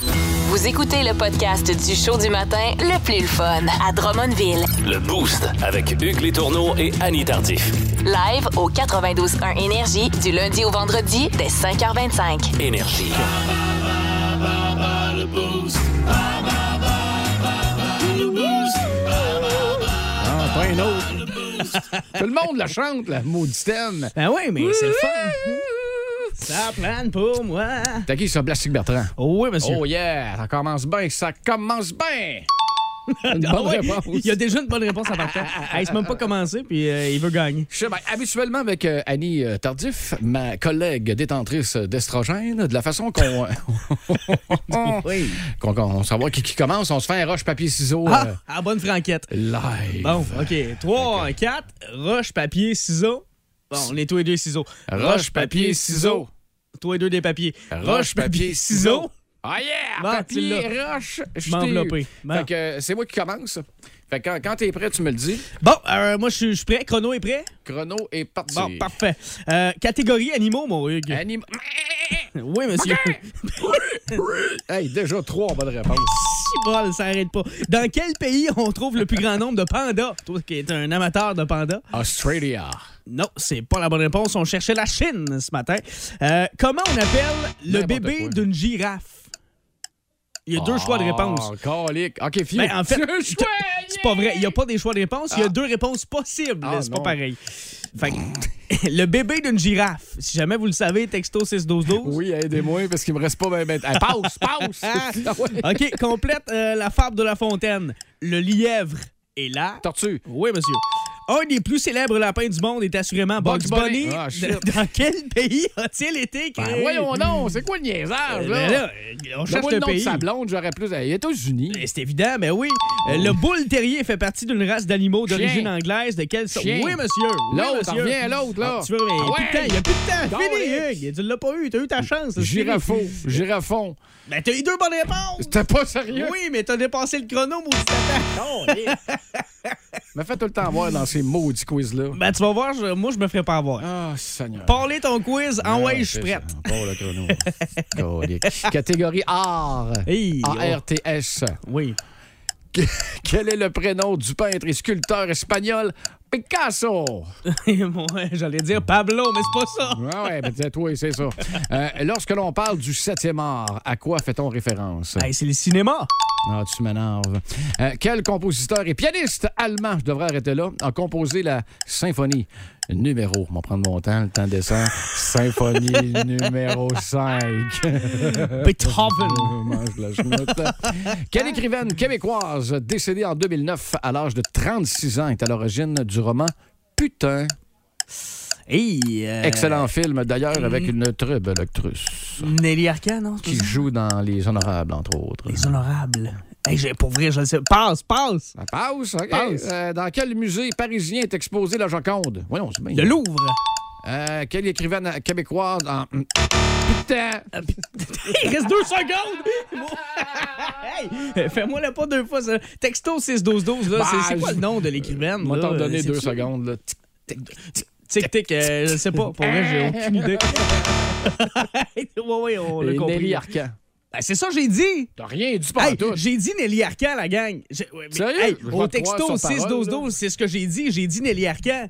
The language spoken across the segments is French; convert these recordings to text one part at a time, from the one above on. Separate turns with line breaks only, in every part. Vous écoutez le podcast du show du matin le plus fun à Drummondville.
Le Boost avec Hugues Létourneau et Annie Tardif.
Live au 92.1 Énergie du lundi au vendredi dès 5h25.
Énergie.
Ah, pas un autre. Tout le monde la chante, la mauditaine.
Ben oui, mais c'est le fun. Ça plane pour moi.
T'as qui sur Plastique Bertrand?
Oh oui, monsieur.
Oh yeah, ça commence bien, ça commence bien. Une bonne
Ah ouais,
réponse.
Il y a déjà une bonne réponse à partir. il s'est même pas commencé, puis euh, il veut gagner.
Je sais, ben, habituellement avec euh, Annie euh, Tardif, ma collègue détentrice d'estrogène, de la façon qu'on
Oui.
qu'on qu'on- savoir qui, qui commence, on se fait un roche papier ciseaux
Ah,
euh,
ah, bonne franquette.
live.
Bon, OK. 3, 4, roche, papier, ciseaux. Bon, on est tous les deux ciseaux.
Roche papier ciseaux.
Toi et deux des papiers.
Roche papier ciseaux. Ah yeah!
Bon, tu
papier,
l'as.
roche, je
m'en
t'ai eu.
enveloppé. Bon.
Fait que euh, c'est moi qui commence. Fait que quand, quand t'es prêt, tu me le dis.
Bon, euh, moi, je suis- je suis prêt. Chrono est prêt?
Chrono est parti.
Bon, parfait. Euh, catégorie animaux, mon Hugues.
Anime-
Oui, monsieur.
Hey, déjà trois bonnes réponses.
Bol, ça arrête pas. Dans quel pays on trouve le plus grand nombre de pandas? Toi qui es un amateur de pandas.
Australia.
Non, c'est pas la bonne réponse. On cherchait la Chine ce matin. Euh, comment on appelle le
N'importe
bébé
quoi.
d'une girafe? Il y a deux choix de réponse.
Oh, colique. OK, fille.
Ben, en fait,
Deux choix,
C'est pas vrai. Il n'y a pas des choix de réponse. Il y a deux réponses possibles.
Ah,
c'est pas
non.
pareil. Fait que- le bébé d'une girafe. Si jamais vous le savez, texto 61212.
Oui, aidez-moi parce qu'il me reste pas 20 mètres. Hey, passe, passe.
Ah.
Ah ouais.
OK, complète euh, la fable de la fontaine. Le lièvre est là.
Tortue.
Oui, monsieur. Un des plus célèbres lapins du monde est assurément Bugs
Bugs Bunny.
Bunny.
Ah, shit.
D- Dans quel pays a-t-il été
Ben,
créé?
voyons non, c'est quoi le niaisage,
Euh,
là?
ben là, on cherche
Donne-moi
le
nom de
pays.
sa blonde, j'aurais plus. Les États-Unis.
Eh, C'est évident, mais oui. Euh, Le boule terrier fait partie d'une race d'animaux
Oh. Chien.
d'origine anglaise. De quelle sorte?
Chien.
Oui, monsieur. Oui,
L'autre,
monsieur.
reviens à l'autre, là.
Ah, tu veux, mais
Ah
il y a plus de
ouais.
temps, il y a plus de temps.
Donc,
Fini,
Alex.
Hugues. Tu l'as pas eu, t'as eu ta chance. c'est fini.
Girafo. Girafon.
Ben, t'as eu deux bonnes réponses.
T'es pas sérieux?
Oui, mais t'as dépassé le chrono, maudit Satan.
Me fait tout le temps voir dans ces maudits quiz-là.
Ben, tu vas voir, je- moi, je me ferai pas avoir.
Ah, Seigneur.
Parlez ton quiz,
Ah
en Ah ouais, je suis prête.
Pas le chrono. Colique. Catégorie art.
Hey,
A-R-T-S.
Oui.
Quel est le prénom du peintre et sculpteur espagnol Picasso?
Ouais, J'allais dire Pablo, mais c'est pas ça.
Ah ouais, ben peut-être oui, c'est ça. Euh, lorsque l'on parle du septième art, à quoi fait-on référence?
Hey, c'est le cinéma.
Ah, tu m'énerves. Euh, quel compositeur et pianiste allemand, je devrais arrêter là, a composé la symphonie numéro, on va prendre mon temps, le temps descend, symphonie numéro 5.
Beethoven.
Euh, mange la chenoute. Quelle écrivaine québécoise décédée en 2009 à l'âge de 36 ans est à l'origine du roman Putain?
Euh. Hey, euh,
Excellent film
Mm-hmm.
d'ailleurs avec une très belle actrice
Nelly Arcan, non? c'est pas
qui
ça?
joue dans Les Honorables, entre autres.
Les honorables. Hey, j'ai- pour vrai, je le sais. Passe, passe.
Ça passe, OK.
Passe.
Euh, dans quel musée parisien est exposée la Joconde? Voyons, c'est bien.
Le Louvre.
Euh, quelle écrivaine québécoise en... Mm, Putain!
Ah, Il reste deux secondes. hey, euh, fais-moi le pas deux fois. Ça. Texto 61212, là.
Bah,
c'est- c'est quoi
je-
le nom de l'écrivaine?
Moi,
là?
t'en donner
C'est
deux
qui?
secondes. là.
Tic-tic, euh, je sais pas. Pour vrai, j'ai aucune idée. ouais, ouais, on l'a
Et Nelly
compris.
Arcan.
Ben, c'est ça, j'ai dit.
T'as rien dit
Hey,
pas tout.
j'ai dit Nelly Arcan, la gang. Je- ouais, mais,
Sérieux?
hey,
Je vais
au
te
texto
croire sur
6-12-12,
parole,
c'est ce que j'ai dit. J'ai dit Nelly Arcan.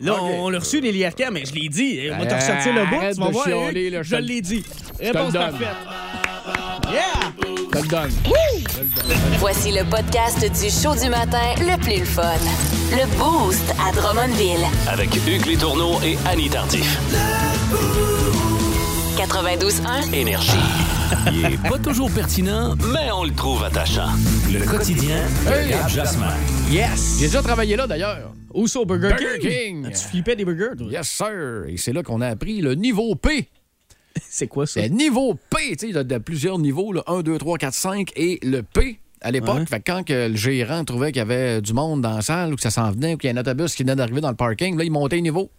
Là,
Ok.
on l'a reçu, Nelly Arcan, mais je l'ai dit. On va te
Hey,
ressortir le bout,
arrête
tu vas
de
voir.
chialer,
Eric,
là, je
je
te-
l'ai dit.
le
Réponse
donne.
parfaite. Yeah!
Je te le donne.
Voici le podcast du show du matin le plus fun. Le Boost à Drummondville.
Avec Hugues Létourneau et Annie Tardif.
92.1.
Énergie. Il est pas toujours pertinent, mais on le trouve attachant. Le quotidien de Gab Jasmin.
J'ai
Yes!
déjà travaillé là, d'ailleurs.
Où ça, au Burger King?
Burger King.
Ah, tu flippais des burgers, toi?
Yes, sir. Et c'est là qu'on a appris le niveau P.
C'est quoi ça?
Le niveau P, tu sais, il y a de- plusieurs niveaux, le 1, 2, 3, 4, 5 et le P à l'époque. Fait que quand que le gérant trouvait qu'il y avait du monde dans la salle ou que ça s'en venait ou qu'il y a un autobus qui venait d'arriver dans le parking, là, il montait le niveau.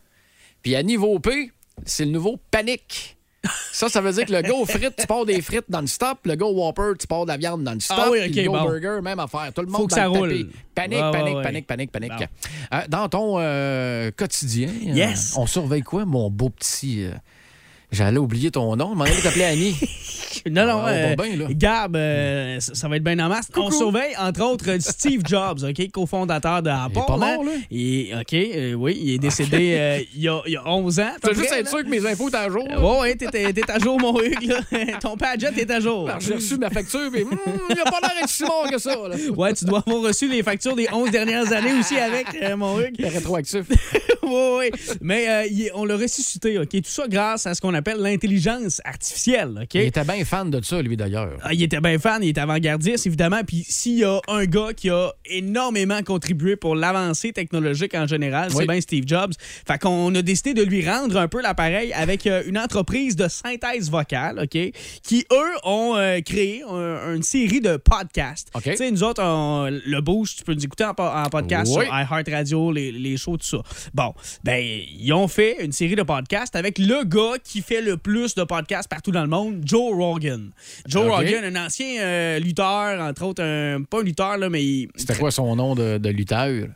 Puis à niveau P, c'est le nouveau panique. Ça, ça veut dire que le go frites, tu pars des frites non-stop. Le go whopper, tu pars de la viande non-stop.
Ah oui,
puis
ok,
le go
bon.
burger, même affaire. Tout le monde
Faut que
dans
ça
le
roule.
tapis. Panique,
Ouais, ouais,
panique,
ouais.
panique, panique, panique, Euh, dans ton euh, quotidien, euh,
Yes.
on surveille quoi, mon beau petit... euh, J'allais oublier ton nom. Je m'en allais t'appeler Annie. Twitch.
Non, non,
Ah,
euh,
bon, ben, là.
Gab, euh, ça ça va être bien en masse. On surveille, entre autres, euh, Steve Jobs, OK, cofondateur de Apple.
pas mort,
hein.
là?
Il- OK, euh, oui, il est décédé euh, il, y a, il y a 11 ans.
Tu veux juste être sûr que mes infos sont à jour. là.
Oui, ouais, t'es- t'es t'es à jour, mon Hugues. Là. Ton Padgett est à jour.
Alors, J'ai reçu ma facture, mais hum, il a pas l'air d'être si mort que ça. Là.
Ouais, tu dois avoir reçu les factures des 11 dernières années aussi avec, euh, mon Hugues.
C'est rétroactif.
oui, oui. Mais euh, il est- on l'a ressuscité, OK? Tout ça grâce à ce qu'on appelle l'intelligence artificielle, OK?
Il était bien fan de ça, lui, d'ailleurs.
Ah, il était bien fan, il était avant-gardiste, évidemment. Puis s'il y a un gars qui a énormément contribué pour l'avancée technologique en général, c'est
Oui.
bien Steve Jobs. Fait qu'on a décidé de lui rendre un peu l'appareil avec euh, une entreprise de synthèse vocale, OK? Qui, eux, ont euh, créé un- une série de podcasts.
OK.
Tu sais, nous autres, on- le boost, tu peux nous écouter en, po- en podcast
Oui.
sur iHeartRadio, les, les shows, tout ça. Bon, ben, ils ont fait une série de podcasts avec le gars qui fait le plus de podcasts partout dans le monde, Joe Rogan. Joe
OK.
Rogan, un ancien euh, lutteur, entre autres, un, pas un lutteur, là, mais il-
C'était quoi son nom de, de lutteur?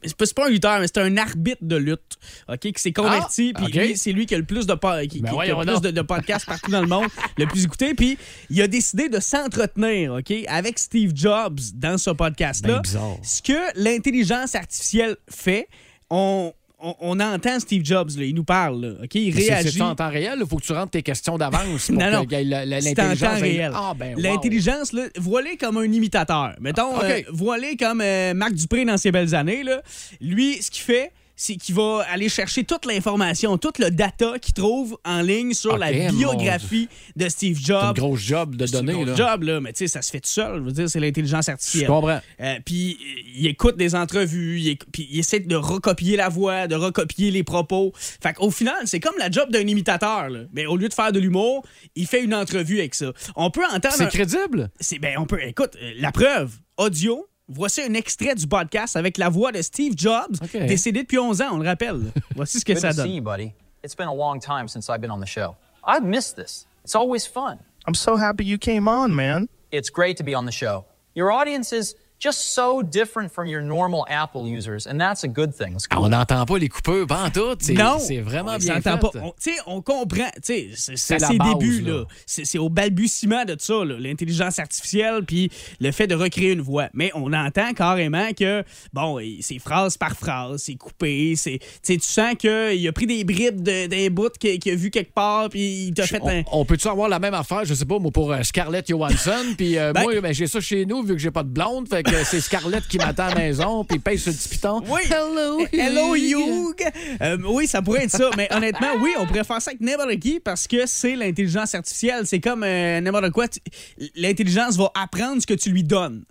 c'est pas, c'est pas un lutteur, mais c'est un arbitre de lutte, OK, qui s'est converti,
Ah,
puis
OK.
lui, c'est lui qui a le plus de, po- qui, qui-
Ben
qui a
voyons
le
donc.
plus de, de podcasts partout dans le monde, le plus écouté, puis il a décidé de s'entretenir, OK, avec Steve Jobs dans ce podcast-là.
Ben bizarre.
Ce que l'intelligence artificielle fait, on... On, on entend Steve Jobs, là, il nous parle, là, OK? Il
Ben, C'est-
réagit.
C'est en temps réel, il faut que tu rentres tes questions d'avance pour
Non, non.
qu'il y ait la- la-
C'est en
l'intelligence.
temps réel.
Ah, ben, wow.
L'intelligence, là, voilée comme un imitateur. Mettons,
Ah, OK.
euh, voilée comme euh, Marc Dupré dans ses belles années. Là. Lui, ce qu'il fait, c'est qu'il va aller chercher toute l'information, tout le data qu'il trouve en ligne sur
OK,
la
mon
biographie de Steve
C'est une
Jobs.
grosse job de
C'est un
donner.
gros
là.
job, là, mais tu sais, ça se fait tout seul. Je veux dire, c'est l'intelligence
Je
artificielle.
comprends.
Euh, puis euh, il écoute des entrevues, il, éc- puis il essaie de recopier la voix, de recopier les propos. Fait qu'au final, c'est comme la job d'un imitateur. là. Mais au lieu de faire de l'humour, il fait une entrevue avec ça. On peut entendre.
C'est
un-
crédible.
c'est- ben, on peut. Écoute, euh, la preuve, audio. Voici un extrait du podcast avec la voix de Steve Jobs,
OK.
décédé depuis 11 ans, on le rappelle. Voici ce que
Good
ça
to see
donne.
you, buddy. It's been a long time since I've been on the show. I've missed this. It's always fun.
I'm so happy you came on, man.
It's great to be on the show. Your audience is just so different from your normal Apple users, and that's a good thing. It's
Ah,
cool.
On n'entend pas les coupeurs, pas en tout. C'est-
Non,
C'est vraiment
on
bien fait.
s'entend pas. On- Tu sais, on comprend. Tu sais, c'est- c'est à
la
ses
base,
débuts, là.
là.
C'est c'est au balbutiement de ça, là, l'intelligence artificielle, puis le fait de recréer une voix. Mais on entend carrément que, bon, il- c'est phrase par phrase, c'est coupé, c'est. Tu sais, tu sens qu'il a pris des bribes de- d'un bout qu'il qu'il a vu quelque part, puis il t'a fait un.
On, on peut-tu avoir la même affaire, je sais pas, moi, pour euh, Scarlett Johansson? Puis euh,
Ben-
moi, ben, j'ai ça chez nous, vu que j'ai pas de blonde. Fait que c'est Scarlett qui m'attend à la maison, puis paye sur le petit piton.
Oui.
Hello.
Hello, Hugh! Euh, oui, ça pourrait être ça, mais honnêtement, oui, on pourrait faire ça avec n'importe qui parce que c'est l'intelligence artificielle. C'est comme euh, n'importe quoi. Tu- L'intelligence va apprendre ce que tu lui donnes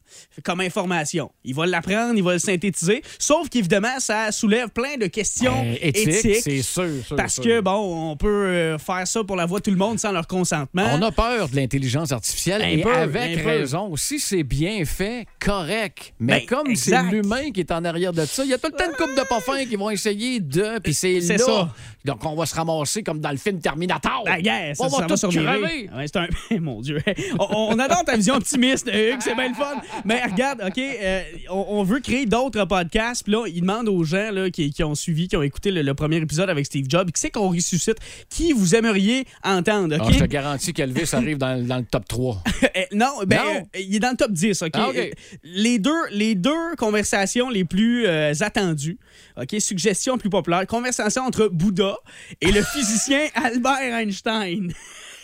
comme information. Il va l'apprendre, il va le synthétiser. Sauf qu'évidemment, ça soulève plein de questions
Ben, éthique,
éthiques.
c'est sûr, sûr,
Parce
sûr.
que, bon, on peut euh, faire ça pour la voix de tout le monde sans leur consentement.
On a peur de l'intelligence artificielle
Un
et
peu,
avec
un peu.
raison. Si c'est bien fait, correct. Mais
Ben,
comme c'est
exact.
l'humain qui est en arrière de ça, il y a tout le temps une couple de parfums qui vont essayer de. Puis c'est
C'est
là.
ça.
Donc on va se ramasser comme dans le film Terminator.
La guerre, Ben, ça,
on
ça
va
va
tout
survivre.
crever.
Ouais, c'est un... Mon Dieu. On, on adore ta vision optimiste, Hugues, c'est bien le fun. Mais regarde, OK, euh, on, on veut créer d'autres podcasts. Puis là, ils demandent aux gens là, qui, qui ont suivi, qui ont écouté le, le premier épisode avec Steve Jobs, qui c'est qu'on ressuscite, qui vous aimeriez entendre,
Ah,
OK?
je te garantis qu'Elvis arrive dans, dans le top 3.
Euh, non, ben,
Non.
euh, il est dans le top 10, OK?
Ah, OK.
Euh, Les, deux, les deux conversations les plus euh, attendues, OK? Suggestions plus populaires. Conversation entre Bouddha et le physicien Albert Einstein.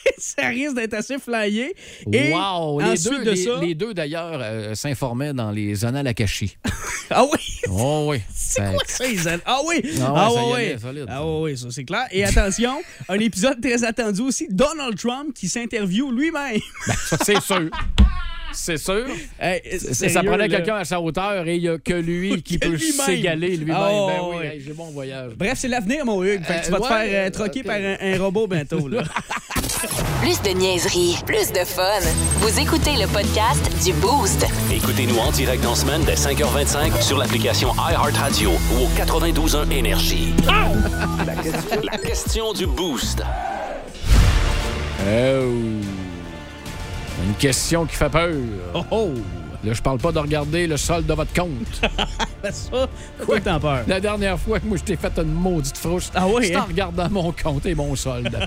ça risque d'être assez flyé. Et
wow! Les
ensuite
deux,
de
les-
ça...
les deux, d'ailleurs, euh, s'informaient dans les annales Akashi.
Ah oui!
Oh oui.
C'est
Fait
quoi
que-
ça, Isabelle? Ah oui!
Ah ouais, ça y allait,
oui.
solide,
Ah
ça.
ouais, ouais, ça c'est clair. Et attention, un épisode très attendu aussi, Donald Trump qui s'interviewe lui-même.
Ça, c'est sûr. C'est sûr.
Hey,
Ça- ça
sérieux,
prenait
là.
quelqu'un à sa hauteur et il n'y a que lui qui
Que
peut
lui-même.
s'égaler lui-même.
Ah,
ben oui, Ben,
ouais.
hey, j'ai bon voyage.
Bref, c'est l'avenir, mon Hugues. Fait que tu vas
Euh,
te
ouais,
faire euh,
euh,
troquer
ok.
par un, un robot bientôt. Là.
Plus de niaiserie, plus de fun. Vous écoutez le podcast du Boost.
Écoutez-nous en direct en semaine dès 5h25 sur l'application iHeartRadio ou au 92.1 Énergie. La, question, la question du boost.
Oh. Une question qui fait peur.
Oh, oh.
Là, je parle pas de regarder le solde de votre compte.
Ben ça, t'as tout le temps peur.
La dernière fois que moi, je t'ai fait une maudite frousse.
Ah oui,
C'est en
hein?
regardant mon compte et mon solde.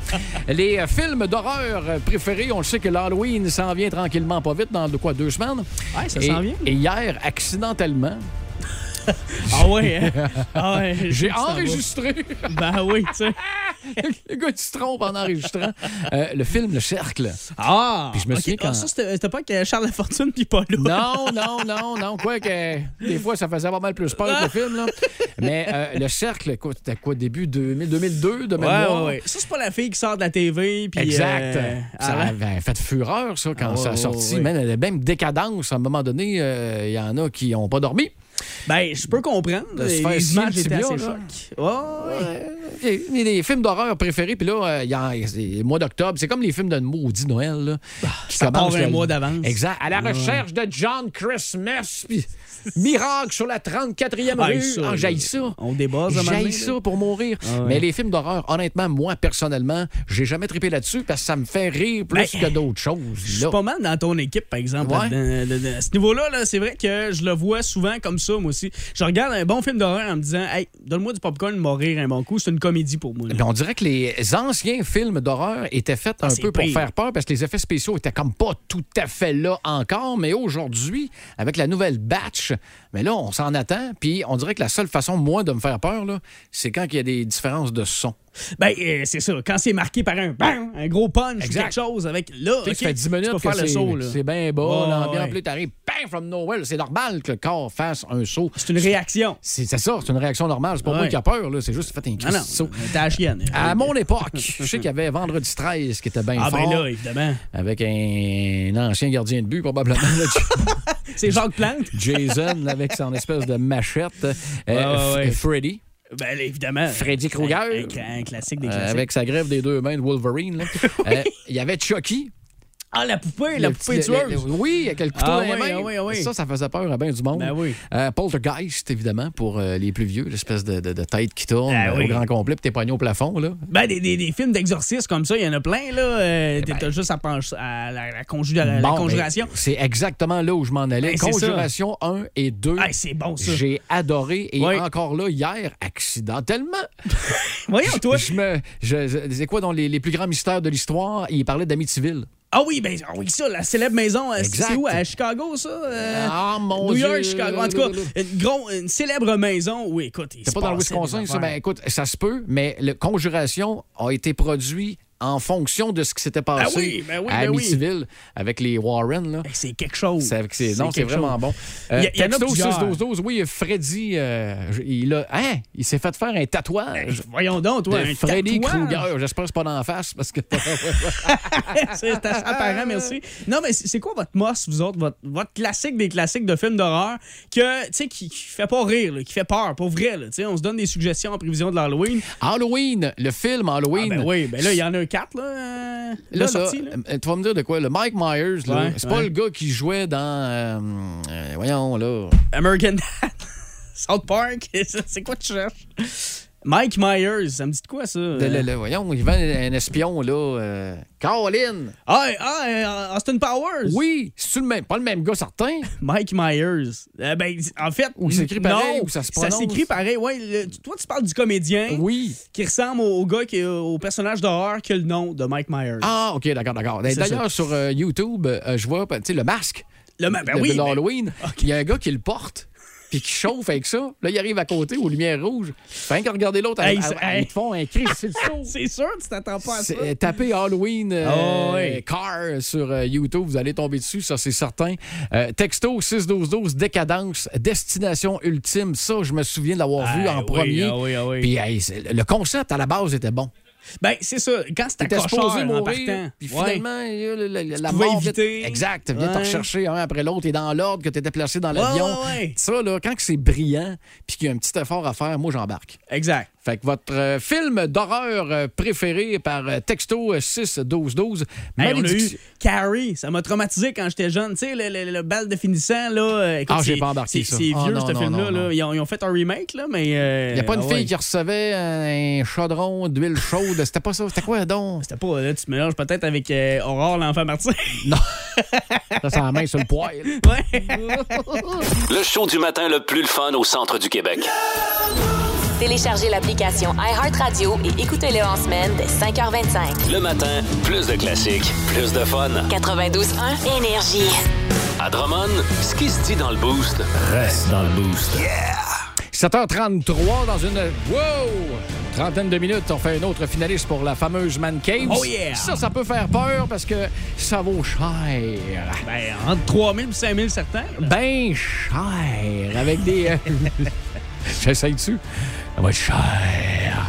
Les euh, films d'horreur euh, préférés, on le sait que l'Halloween s'en vient tranquillement pas vite, dans de quoi, deux semaines?
Ouais, ça
Et-
s'en vient.
Et hier, accidentellement,
Ah ouais, hein? Ah ouais,
j'ai
tu t'en vas.
enregistré.
Ben oui, tu sais.
le gars, il se trompe en enregistrant euh, le film Le Cercle.
Ah!
Puis je me
ok.
souviens quand-
Ah, ça, c'était c'était pas que Charles Lafortune puis pas là.
Non, non, non, non. Quoi que des fois, ça faisait pas mal plus peur que le film. Là. Mais euh, Le Cercle, quoi, c'était quoi, début 2000, 2002 de
Ouais,
mémoire?
ouais, ouais. Ça, c'est pas la fille qui sort de la TV. Puis,
exact.
euh,
ça
arrête.
avait fait fureur, ça, quand
Ah,
ça a
ouais,
sorti.
ouais.
Même, elle avait même décadence, à un moment donné, euh, il y en a qui n'ont pas dormi.
Ben, je peux comprendre.
se
Les
faire
les
scier
images
le
étaient
tibia,
assez
là.
chocs. Ouais, ouais.
Et- et les films d'horreur préférés, puis là, euh, il y en- c'est le mois d'octobre, c'est comme les films de maudit Noël. Là, qui
ça
commencent
Ah, part un
le-
mois d'avance.
Exact. À la recherche de John Christmas, puis Miracle sur la 34e
Ah,
rue.
ça,
Ah, j'haïs ça.
on déborde, à un moment donné,
J'haïs ça
là. Ah,
pour mourir. Mais les films d'horreur, honnêtement, moi, personnellement, j'ai jamais trippé là-dessus parce que ça me fait rire plus
Ben,
que d'autres choses.
Je
là.
suis pas mal dans ton équipe, par exemple.
Ouais.
là-dedans. Là-dedans. À ce niveau-là, là, c'est vrai que je le vois souvent comme ça, moi aussi. Je regarde un bon film d'horreur en me disant Hey, donne-moi du popcorn, mourir un bon coup. C'est une comédie pour moi. là.
Puis Eh on dirait que les anciens films d'horreur étaient faits un
Ah, c'est
peu pour
pire.
faire peur parce que les effets spéciaux étaient comme pas tout à fait là encore. Mais aujourd'hui, avec la nouvelle batch, mais là, on s'en attend. Puis on dirait que la seule façon, moi, de me faire peur, là, c'est quand il y a des différences de son.
Ben, euh, c'est ça. Quand c'est marqué par un bang, un gros punch
Exact.
ou quelque chose avec là,
Tu sais,
ok,
tu fais 10 minutes
peux
que
faire le
c'est-
saut. là.
c'est bien bas,
Ouais,
l'ambiance,
ouais.
puis là, t'arrives, bang, from nowhere. C'est normal que le corps fasse un saut.
C'est une réaction.
C'est c'est ça, c'est une réaction normale. C'est pas moi
Ouais.
qui a peur, là. C'est juste fait un
Non,
cri
non,
de saut.
t'es à la chienne.
À mon époque, je sais qu'il y avait Vendredi 13 qui était bien
ah,
fort.
ben là, évidemment.
avec un ancien gardien de but, probablement. là,
C'est Jacques Plante.
Jason, avec son espèce de machette. Euh,
ouais,
F-
ouais.
Freddy, euh,
Ben, là, évidemment.
Freddy Krueger.
Un, un- un classique des
euh,
classiques.
avec sa grève des deux mains de Wolverine. là. Euh, Il y avait Chucky.
Ah, la poupée, la
le
poupée
petit- le-
tueuse.
le- oui, avec le couteau
Ah
dans les
oui,
mains.
ah oui, ah oui.
Ça, ça faisait peur à bien du monde.
Ben oui.
Euh, Poltergeist, évidemment, pour euh, les plus vieux, l'espèce de, de- de tête qui tourne
Ben
euh,
oui.
au grand complet, puis t'es pogné au plafond. Là.
Ben, des, des, des films d'exorcisme comme ça, il y en a plein, là. Euh, T'as t'as juste à pencher à la, la conjuga- Euh, la
Eh ben. Bon, ben,
conjuration.
c'est exactement là où je m'en allais.
Ben, c'est ça.
Conjuration 1 et 2.
Hey, c'est bon, ça.
J'ai adoré. Et
Oui.
encore là, hier, accidentellement.
Voyons, toi.
Je me. Je, je- c'est quoi dans les, les plus grands mystères de l'histoire? Il parlait d'Amityville.
Ah oui, ben, ah oui, ça, la célèbre maison. euh, c'est-
Exact.
C'est où? À Chicago, ça? Euh,
Ah, mon
New
Dieu.
York, Chicago. En tout cas, une, gros- une célèbre maison où, écoute, il
C'est
se
pas dans le
passait des
Wisconsin, ça.
affaires.
Ben, écoute, ça se peut, mais le Conjuration a été produit en fonction de ce qui s'était passé
oui, ben oui,
à
ben oui.
Amityville avec les Warren. Là.
Hey, Ben, c'est quelque chose.
C'est- c'est- non, c'est
quelque
vraiment
chose.
bon. Euh,
Il y a- il y en a
texto
plusieurs.
6-12-12, oui, Freddy, euh, je- il, a- hein, il s'est fait faire un tatouage.
Voyons donc, toi,
de
un
Freddy
tatouage.
Krueger. J'espère que c'est pas d'en face parce que.
C'est c'est assez apparent, merci. Non, mais c'est c'est quoi votre mosse, vous autres, votre, votre classique des classiques de films d'horreur que, tu sais, qui, qui fait pas rire, là, qui fait peur, pour vrai, là, tu sais, on se donne des suggestions en prévision de l'Halloween.
Halloween, le film
Ah,
Halloween.
ben oui, ben là, il y en a quatre, là, euh, de
Là,
sortie, là.
là, euh, tu vas me dire de quoi? Le Mike Myers, là,
Ouais,
c'est pas
ouais.
le gars qui jouait dans. euh, euh, voyons, là.
American Dad, South Park, c'est quoi tu cherches? Mike Myers, ça me dit de quoi, ça?
Le- le- le- voyons, il avait un espion, là. euh, Colin!
Ah, ah, euh, Austin Powers!
Oui, c'est le même, pas le même gars, certain.
Mike Myers. Euh, ben, en fait,
Ou c'est écrit pareil,
non,
ou ça se
Ça
prononce.
s'écrit pareil. Ouais, le- toi, tu parles du comédien.
Oui.
qui ressemble au, au gars qui au personnage d'horreur qui a le nom de Mike Myers.
Ah, OK, d'accord, d'accord.
C'est
D'ailleurs, sur euh, YouTube, euh, je vois, ben, tu sais, le masque.
Le ma- ben
de-
oui,
de
mais-
l'Halloween. Il y a un gars qui le porte. Puis qui chauffe avec ça. Là, il arrive à côté aux lumières rouges. Fait que regarder l'autre,
Hey,
à-
ça-
à-
hey.
ils te font un cri, c'est le saut.
C'est sûr, tu t'attends pas à ça.
C'est- euh, tapez Halloween euh,
Ah ouais.
Car sur euh, YouTube, vous allez tomber dessus, ça c'est certain. Euh, texto 61212, décadence, destination ultime, ça je me souviens de l'avoir vu
Ah
en
oui,
premier.
ah oui, ah oui.
Puis hey, c'est- le concept à la base était bon.
Ben, c'est ça. Quand c'est
T'étais
accrocheur
supposé
en
mourir,
partant.
puis
Ouais.
finalement il y a le- le- la,
pouvais
mort vient-
éviter.
exact, vient te
Ouais.
rechercher un après l'autre et dans l'ordre que t'étais placé dans l'avion.
ouais, ouais.
Ça là, quand que c'est brillant puis qu'il y a un petit effort à faire, moi j'embarque.
Exact.
Fait que votre euh, film d'horreur euh, préféré par euh, texto
Hey,
6-12-12,
on a
Malédiction-
eu Carrie, ça m'a traumatisé quand j'étais jeune. Tu sais, le, le- le bal de finissant, là. euh, écoute,
Ah, j'ai
c'est-
pas embarqué
c'est-
ça.
C'est vieux,
Ah, non,
ce
non, non,
film-là.
non.
là. Ils, ont, ils ont fait un remake, là, mais. euh,
Il n'y a pas une
ah,
fille
ouais.
qui recevait un chadron d'huile chaude. C'était pas ça. C'était quoi, donc?
C'était pas. Là, tu te mélanges peut-être avec euh, Aurore, l'enfant martyr.
Ça, c'est la main sur le poil.
Ouais.
Le show du matin le plus le fun au centre du Québec.
Téléchargez l'application iHeartRadio et écoutez-le en semaine dès 5h25.
Le matin, plus de classiques, plus de fun.
92.1 Énergie.
À Drummond, ce qui se dit dans le boost reste dans le boost.
7h33 dans une wow! trentaine de minutes, on fait un autre finaliste pour la fameuse Man Cave.
Oh yeah!
Ça, ça peut faire peur parce que ça vaut cher.
ben, entre 3000 et 5000, certains. là.
Ben cher. Avec des... euh, J'essaye dessus. Ça va être cher.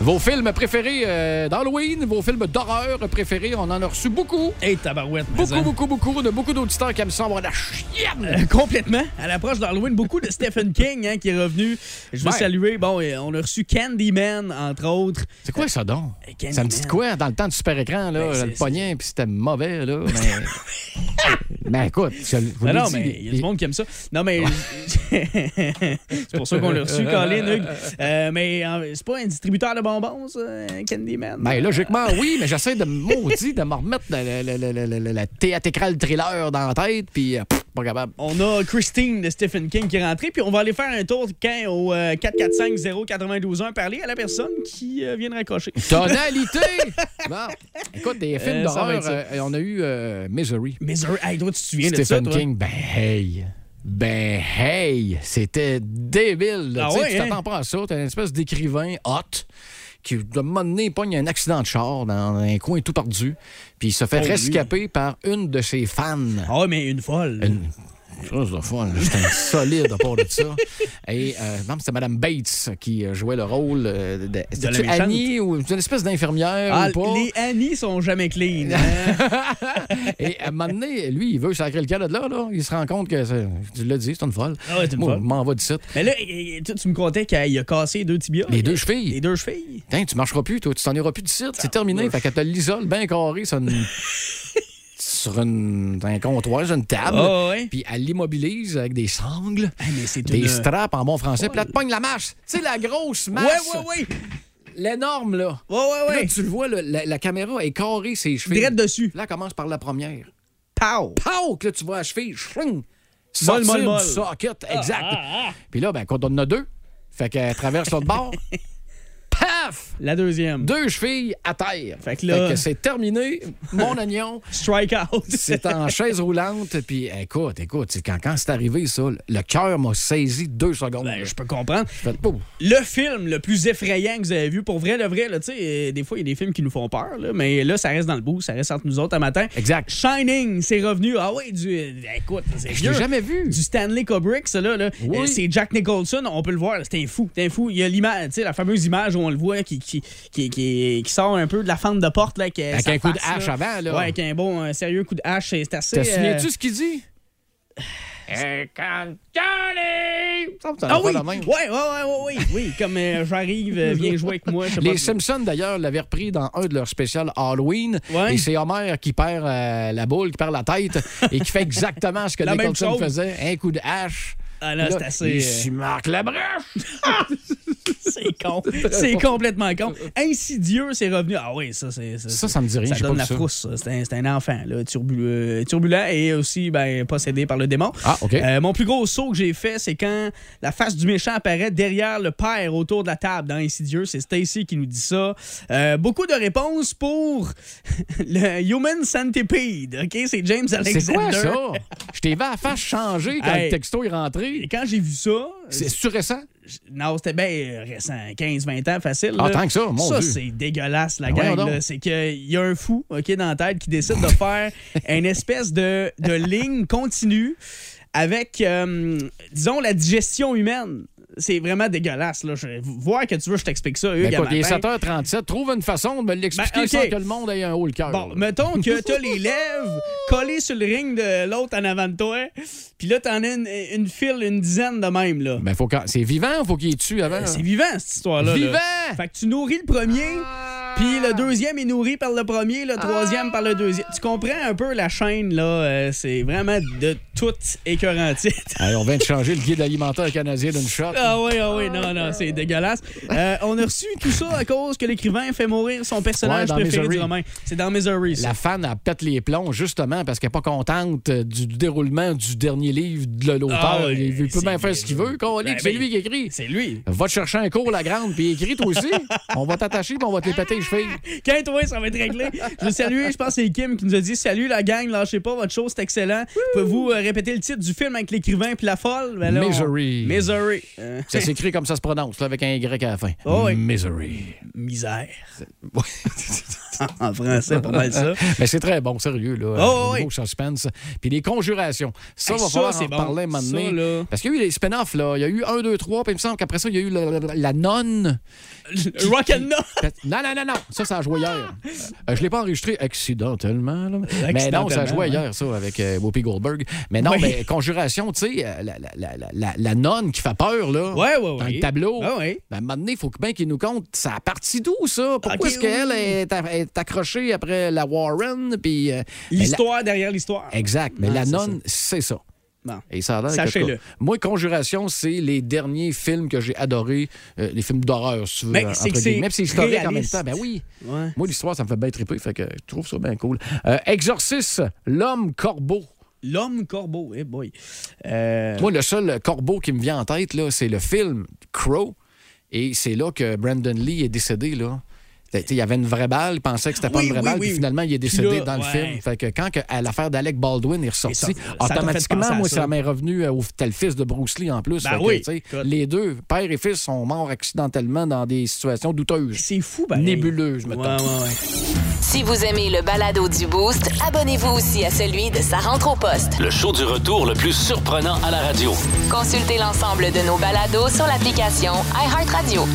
Vos films préférés euh, d'Halloween, vos films d'horreur préférés, on en a reçu beaucoup.
Hey, tabarouette, mais
Beaucoup,
ça.
beaucoup, beaucoup. de beaucoup d'auditeurs qui aiment ça avoir de la chienne.
Euh, complètement. À l'approche d'Halloween, beaucoup de Stephen King hein, qui est revenu. Je veux
Ouais.
saluer. Bon, euh, on a reçu Candyman, entre autres.
C'est quoi ça donc?
Euh, Candyman.
Ça me dit de quoi dans le temps du super écran, là?
Ben, c'est-
le pognon, puis c'était mauvais, là. Mais, mais écoute, je vous
Non,
l'ai
Ah non,
dit,
mais
les-
il y a du monde qui aime ça. Non, mais. c'est pour ça qu'on l'a reçu, Colin, Hugues. Euh, mais euh, c'est pas un distributeur de bonbons, ça, euh, Candyman.
Ben, logiquement, oui, mais j'essaie de me maudit, de me remettre dans le- le- le- le- le- le- la théâtrale thriller dans la tête, puis euh, pff, pas capable.
On a Christine de Stephen King qui est rentrée, puis on va aller faire un tour quand au euh, 445-091 parler à la personne qui euh, vient de raccrocher.
Tonalité! bon, écoute, des films
Euh, ça va
d'horreur,
être ça.
euh, on a eu euh, Misery.
Mais euh, hey, toi, tu te souviens de ça,
Stephen
toi?
King, ben hey! Ben hey! C'était débile! là.
Ah
Tu sais,
ouais,
tu t'attends
hein?
pas à ça. T'as une espèce d'écrivain hot qui, de un moment donné, pogne un accident de char dans un coin tout perdu. Puis il se fait
Oh, lui.
rescaper par une de ses fans.
Ah, mais une folle.
Chose de fun, là. J'étais un solide à part de ça. Et euh, non, c'était Mme Bates qui euh, jouait le rôle euh, de. c'était-tu
méchante.
Annie ou une espèce d'infirmière
Ah,
ou pas?
les Annie sont jamais clean. hein?
Et à un moment donné, lui, il veut sacrer le cas de là, là. Il se rend compte que, c'est- tu l'as dit, c'est une folle.
Ah ouais, c'est une
Moi,
folle.
je m'en vais d'ici.
mais là, eh, eh, tu tu me contais qu'il a cassé les deux tibias.
Les deux
Les
chevilles.
deux chevilles.
Putain, tu marcheras plus, toi. Tu t'en iras plus d'ici.
Ah,
C'est terminé. Fait que t'as l'isole bien carré sur une. sur une- un comptoir, sur une table.
Ah ouais.
Puis elle l'immobilise avec des sangles.
Eh, mais c'est
Des
une-
straps en bon français. Puis là, tu pognes la marche. Tu sais, la grosse
Ouais,
marche.
ouais, ouais.
L'énorme, là.
Ouais, ouais,
Puis
ouais.
Là, tu le vois, là, la, la caméra est carrée, ses cheveux.
Direct dessus.
Là, elle commence par la première.
Pow.
Pow! Que là, tu vois la cheville. Chring! Sortir
molle,
du
molle. Ah,
socket, exact. Puis là, ben, quand on en a deux, fait qu'elle traverse l'autre bord. Paf!
La deuxième.
Deux chevilles à terre.
Fait que là-
c'est terminé. Mon oignon.
Strike out.
C'est en chaise roulante. Puis écoute, écoute, c'est quand, quand c'est arrivé, ça, le cœur m'a saisi deux secondes. oh,
Ben,
là.
je peux comprendre.
Fait, pouf.
Le film le plus effrayant que vous avez vu, pour vrai, le vrai, là, tu sais, euh, des fois, il y a des films qui nous font peur, là, mais là, ça reste dans le bout, ça reste entre nous autres à matin.
Exact.
Shining, c'est revenu. Ah ouais, du. euh, Écoute, c'est
Je
vieux.
l'ai jamais vu.
Du Stanley Kubrick, ça là. là.
Oui.
Euh, C'est Jack Nicholson, on peut le voir. là, C'est un fou. C'est un fou. Il y a l'image, tu sais, la fameuse image où on le voit qui, qui, qui, qui, qui sort un peu de la fente de porte. Là, avec
Avec un coup de hache avant, là.
Ouais, avec un bon, un sérieux coup de hache. C'est c'est assez.
Te
euh,
souviens-tu ce qu'il dit?
Ah oui! Ouais, ouais, ouais, ouais, ouais. Oui, comme euh, j'arrive, euh, viens jouer avec moi. je sais pas.
Les Simpsons, d'ailleurs, l'avaient repris dans un de leurs spéciales Halloween.
Ouais.
Et c'est Homer qui perd euh, la boule, qui perd la tête et qui fait exactement ce que
La même
Nicholson
chose.
faisait. Un coup de hache.
Ah là,
Puis
c'est assez,
Il
euh,
s'y marque la brèche.
C'est con. C'est complètement con. Insidieux, c'est revenu. Ah oui, ça, c'est.
Ça, ça me dit rien,
Ça
j'ai pas
donne
vu
la
ça.
frousse. ça. C'est un, c'est un enfant, là, turbu- euh, turbulent et aussi ben, possédé par le démon.
Ah, OK.
Euh, mon plus gros saut que j'ai fait, c'est quand la face du méchant apparaît derrière le père autour de la table dans Insidieux. C'est Stacy qui nous dit ça. Euh, beaucoup de réponses pour le Human Centipede. OK, c'est James Alexander.
C'est quoi ça? Je t'ai vu à la face changer quand
Hey.
le texto est
Et
rentré.
quand j'ai vu ça,
C'est c'est-tu récent?
Non, c'était bien récent, 15-20 ans, facile.
Ah,
là.
tant que ça, mon
Ça,
Dieu.
c'est dégueulasse, la
Ben, voyons
gang.
donc.
là. C'est qu'il y a un fou ok, dans la tête qui décide de faire une espèce de, de ligne continue avec, euh, disons, la digestion humaine. C'est vraiment dégueulasse. Là. Je- voir que tu veux, je t'explique ça. Hugues,
Ben, quoi
à
qu'il est
matin.
7h37, trouve une façon de me l'expliquer
Ben, ok.
sans que le monde ait un haut le cœur.
Bon,
là.
mettons que t'as les lèvres collées sur le ring de l'autre en avant de toi, puis là, t'en as une, une file, une dizaine de même, là.
Ben, faut quand- C'est vivant, faut qu'il y tue avant. hein?
C'est vivant, cette histoire-là. là.
Vivant!
Fait que tu nourris le premier, puis le deuxième est nourri par le premier, le troisième par le deuxième. Tu comprends un peu la chaîne, là. euh, c'est vraiment de toute écœurantite.
Hey, on vient de changer le guide alimentaire canadien d'une shot.
Ah oui, ah oui, non, non, c'est dégueulasse. Euh, on a reçu tout ça à cause que l'écrivain fait mourir son
Ouais,
personnage
dans
préféré
Misery.
du roman. C'est dans Misery, ça.
La fan, elle pète les plombs justement parce qu'elle n'est pas contente euh, du déroulement du dernier livre de l'auteur.
Ah ouais,
il, il peut
c'est
bien faire ce qu'il veut, qu'on lit,
Ben
c'est
oui.
lui qui écrit.
C'est lui.
Va te chercher un cours, la grande, puis écris toi aussi. on va t'attacher, puis on va te les péter les chevilles.
Quand toi, ça va être réglé. Je veux saluer, je pense que c'est Kim qui nous a dit Salut la gang, lâchez pas, votre show, c'est excellent. Pouvez-vous euh, répéter le titre du film avec l'écrivain puis la folle Ben là, on-
Misery.
Misery. Euh,
Ça s'écrit comme ça se prononce, là, avec un Y à la fin.
Oh oui.
Misery.
misère. en français, pas mal ça.
Mais c'est très bon, sérieux, là.
Oh,
au
oui.
niveau suspense. Puis les conjurations. Ça,
Hey,
va
ça,
falloir en
c'est bon.
parler maintenant.
Ça, là.
Parce qu'il y a eu les spin-offs, là. Il y a eu 1, 2, 3, puis il me semble qu'après ça, il y a eu la, la- la nonne.
Rock and roll.
Non, non, non, non. Ça, ça a joué hier. Euh, je l'ai pas enregistré accidentellement. là. Mais non, ça a joué
ouais.
hier, ça, avec euh, Whoopi Goldberg. Mais non,
Oui.
mais Conjuration, tu sais, euh, la, la- la- la- la- la nonne qui fait peur, là.
Ouais, ouais, ouais.
Dans le tableau.
Ah, ouais.
Ben, à un moment donné, il faut que bien qu'il nous compte ça a parti d'où, ça? Pourquoi
Ok,
est-ce qu'elle
oui.
est, a- est accrochée après la Warren? Puis. euh,
L'histoire derrière l'histoire.
ben, la- exact. Mais
Ouais,
la
c'est
nonne, c'est ça.
Bon.
Et ça a l'air que-
Sachez-le.
Moi, Conjuration, c'est les derniers films que j'ai adorés, euh, les films d'horreur, si tu veux.
Mais
entre
Ben, c'est que
guillemets.
c'est
Même si c'est historique en même
réaliste.
temps. Ben oui.
Ouais.
Moi, l'histoire, ça me fait bien triper, fait que je trouve ça bien cool. Euh, Exorciste, l'homme corbeau.
L'homme corbeau, eh boy. Euh,
Moi, le seul corbeau qui me vient en tête, là, c'est le film Crow. Et c'est là que Brandon Lee est décédé, là. T'sais, Il y avait une vraie balle, il pensait que c'était pas
Oui,
une vraie
oui,
balle,
oui.
puis finalement, il est
Puis
décédé
là,
dans le
ouais.
film. Fait que quand que, à l'affaire d'Alec Baldwin est ressortie,
ça- ça t'a fait penser
automatiquement,
à
moi,
ça.
ça m'est revenu euh, au tel fils de Bruce Lee en plus.
Ben
Fait que,
oui.
t'sais,
Écoute.
les deux, père et fils, sont morts accidentellement dans des situations douteuses,
c'est fou, ben.
nébuleuses,
Ouais,
mettons.
ouais, ouais.
Si vous aimez le balado du Boost, abonnez-vous aussi à celui de Sa rentre au poste.
Le show du retour le plus surprenant à la radio.
Consultez l'ensemble de nos balados sur l'application iHeartRadio.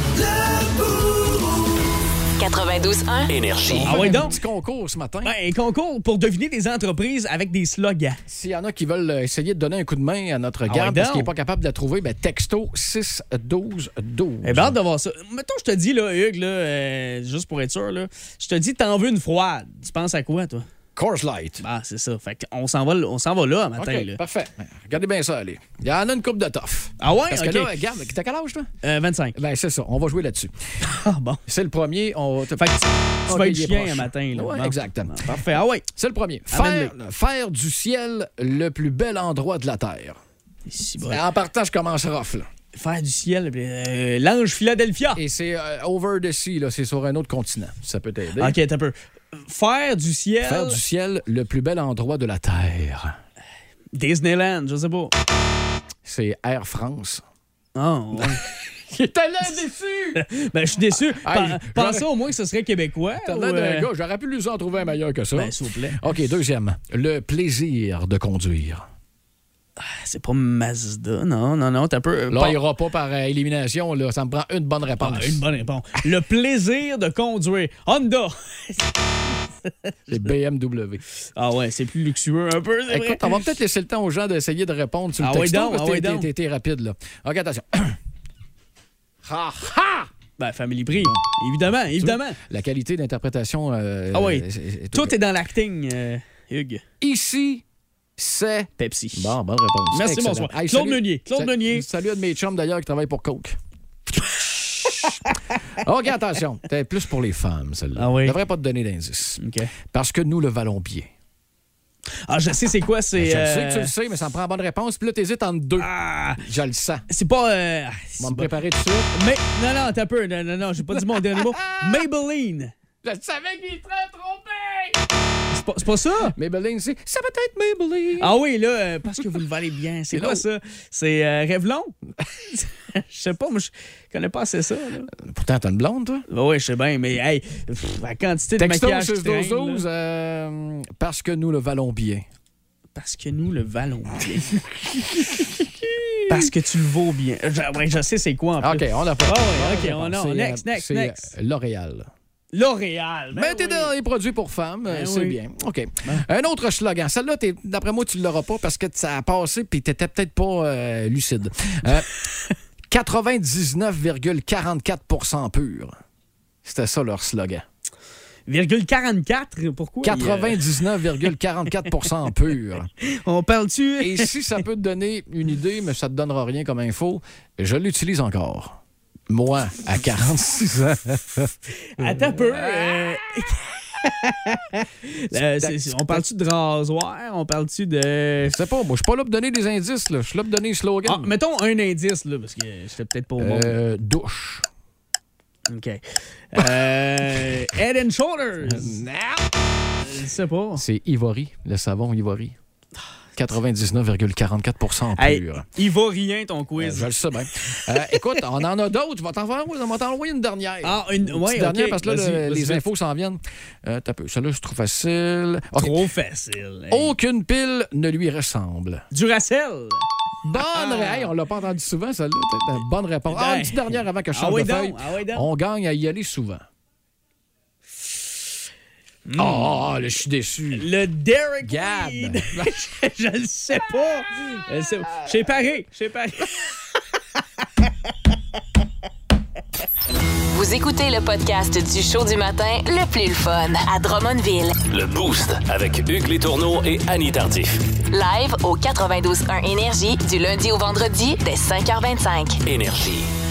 92.1.
Énergie.
Ah ouais,
Un
donc.
petit concours ce matin.
Ben, un concours pour deviner des entreprises avec des slogans.
S'il y en a qui veulent euh, essayer de donner un coup de main à notre garde
Ah ouais,
parce
donc.
qu'il n'est pas capable de la trouver, ben, texto 6 12 12.
Eh bien, hâte de voir ça. Mettons, je te dis, là, Hugues, là, euh, juste pour être sûr, là, je te dis, t'en veux une froide. Tu penses à quoi, toi?
Coors Light.
Ah, c'est ça. Fait qu'on s'en va, on s'en va là, à matin.
OK,
là.
parfait. Regardez bien ça, allez. Il y en a une coupe de toffe.
Ah ouais?
Parce
OK.
que là, regarde, t'as quel âge, toi?
Euh, 25.
Ben, c'est ça, on va jouer là-dessus.
Ah, bon.
C'est le premier, on va te-
Fait que tu, tu
OK,
vas être
il est
chien
proche.
un matin, là.
Ouais,
Bon.
exactement.
Bon, Parfait. Ah ouais.
C'est le premier. Faire,
Amène-le.
faire du ciel le plus bel endroit de la Terre.
Si, bon.
En partant, je commence rough, là.
Faire du ciel, euh, l'ange Philadelphia.
Et c'est euh, over the sea, là, c'est sur un autre continent. Ça peut t'aider.
OK, t'as peu. Faire du ciel.
Faire du ciel le plus bel endroit de la Terre.
Disneyland, je sais pas.
c'est Air France.
Oh, ouais.
J'étais là déçu!
ben, je suis déçu.
Ah,
Pen-
je-
Pensez au moins que ce serait québécois. ou, euh,
J'aurais pu lui en trouver un meilleur que ça.
Ben, s'il vous plaît.
OK, deuxième. Le plaisir de conduire.
C'est pas Mazda, non, non, non, t'as peu.
Là, il n'y aura pas par euh, élimination. Là. Ça me prend une bonne réponse.
Ah, une bonne réponse. Le plaisir de conduire. Honda.
C'est BMW.
Ah ouais, c'est plus luxueux un peu. c'est vrai.
Écoute, on va peut-être laisser le temps aux gens d'essayer de répondre sur le
Ah oui
texto,
donc,
parce
ah
que
oui
t'es-
donc.
t'es- t'es rapide. Là. OK, attention. Ha, ha!
Ben, Family Prix. Évidemment, évidemment.
La qualité d'interprétation... euh,
Ah oui.
c'est- c'est-
Tout est dans l'acting, euh, Hugues.
Ici, c'est...
Pepsi.
Bon, bonne réponse.
Merci,
Excellent.
bonsoir. Claude
salut-
Meunier, Claude
sa-
Meunier.
Salut à de mes chums d'ailleurs qui travaillent pour Coke. OK, attention. T'es plus pour les femmes, celle-là.
Ah oui.
Je devrais pas te donner d'indice.
OK.
Parce que nous le valons bien.
Ah, je sais c'est quoi, c'est.
Ah, Je le sais
euh,
que tu le sais, mais ça me prend la bonne réponse. Puis là, t'hésites entre deux.
Ah,
Je le sens.
c'est pas. euh, ah,
On
c'est
va me
pas-
préparer tout de suite.
Mais, non, non, t'as peu. Non, non, non, j'ai pas dit mon dernier mot. Maybelline.
Je le savais qu'il serait trompé!
C'est pas, c'est pas ça?
Maybelline, c'est... Ça va être Maybelline!
Ah oui, là, euh, parce que vous le valez bien. C'est quoi ça? C'est euh, Revlon? Je sais pas, moi, je connais pas assez ça. là.
Pourtant, t'as une blonde, toi?
Ben oui, je sais bien, mais hey, pff, la quantité de
Texto euh,
maquillage qui traîne, là.
6 Parce que nous le valons bien.
parce que nous le valons bien. parce que tu le vaux bien. Je, ouais, je sais c'est quoi en
OK,
plus.
on a pas.
Ah ouais, OK, on a.
C'est, euh,
Next, next,
c'est,
next.
euh, L'Oréal.
L'Oréal. ben
Mettez
oui.
dans les produits pour femmes, euh,
Ben
c'est
oui. Ben.
bien. OK. Un autre slogan. Celle-là, t'es- d'après moi, tu ne l'auras pas parce que ça a passé puis tu peut-être pas euh, lucide. Euh, 99,44 pur. C'était ça leur slogan.
Virgule 44, pourquoi?
99,44 pur.
Il, euh, on parle-tu?
Et si ça peut te donner une idée, mais ça ne te donnera rien comme info, je l'utilise encore. Moi, à 46 ans.
Attends un peu. euh, Euh, c'est- c'est- on parle-tu de rasoir? On parle-tu de...
Je sais pas, moi, je suis pas là pour donner des indices, là. je suis là pour donner un slogan.
Ah, mettons un indice, là, parce que je fais peut-être pas au monde.
Euh, douche.
OK. Euh, head and shoulders. Je sais pas.
C'est Ivory, le savon Ivory. 99,44 en pur.
Hey, il vaut rien ton
Euh,
quiz.
je le sais bien. Euh, écoute, on en a d'autres. Je vais t'en faire- je vais t'en envoyer une dernière.
Ah, une-
petite
ouais, ok.
dernière, parce que là,
Vas-y,
le-
vas-y,
les
vas-y.
infos s'en viennent. Euh, t'as peu. Celle-là, je trouve facile. Ok.
Trop facile. Hey.
Aucune pile ne lui ressemble.
Duracell.
Bonne
Ah.
réponse. on l'a pas entendu souvent, celle-là. T'as- t'as Bonne réponse. Ah, une petite dernière avant que je
Ah
change
oui
de
donc,
feuille.
ah oui donc.
on gagne à y aller souvent.
Hmm.
Ah, là, je suis déçu.
Le Derek
Gab.
Weed. je, je le sais pas. Je le sais pas. J'ai paré. J'ai paré.
Vous écoutez le podcast du show du matin le plus le fun à Drummondville.
Le Boost avec Hugues Létourneau et Annie Tardif.
Live au 92.1 Énergie du lundi au vendredi dès 5h25.
Énergie.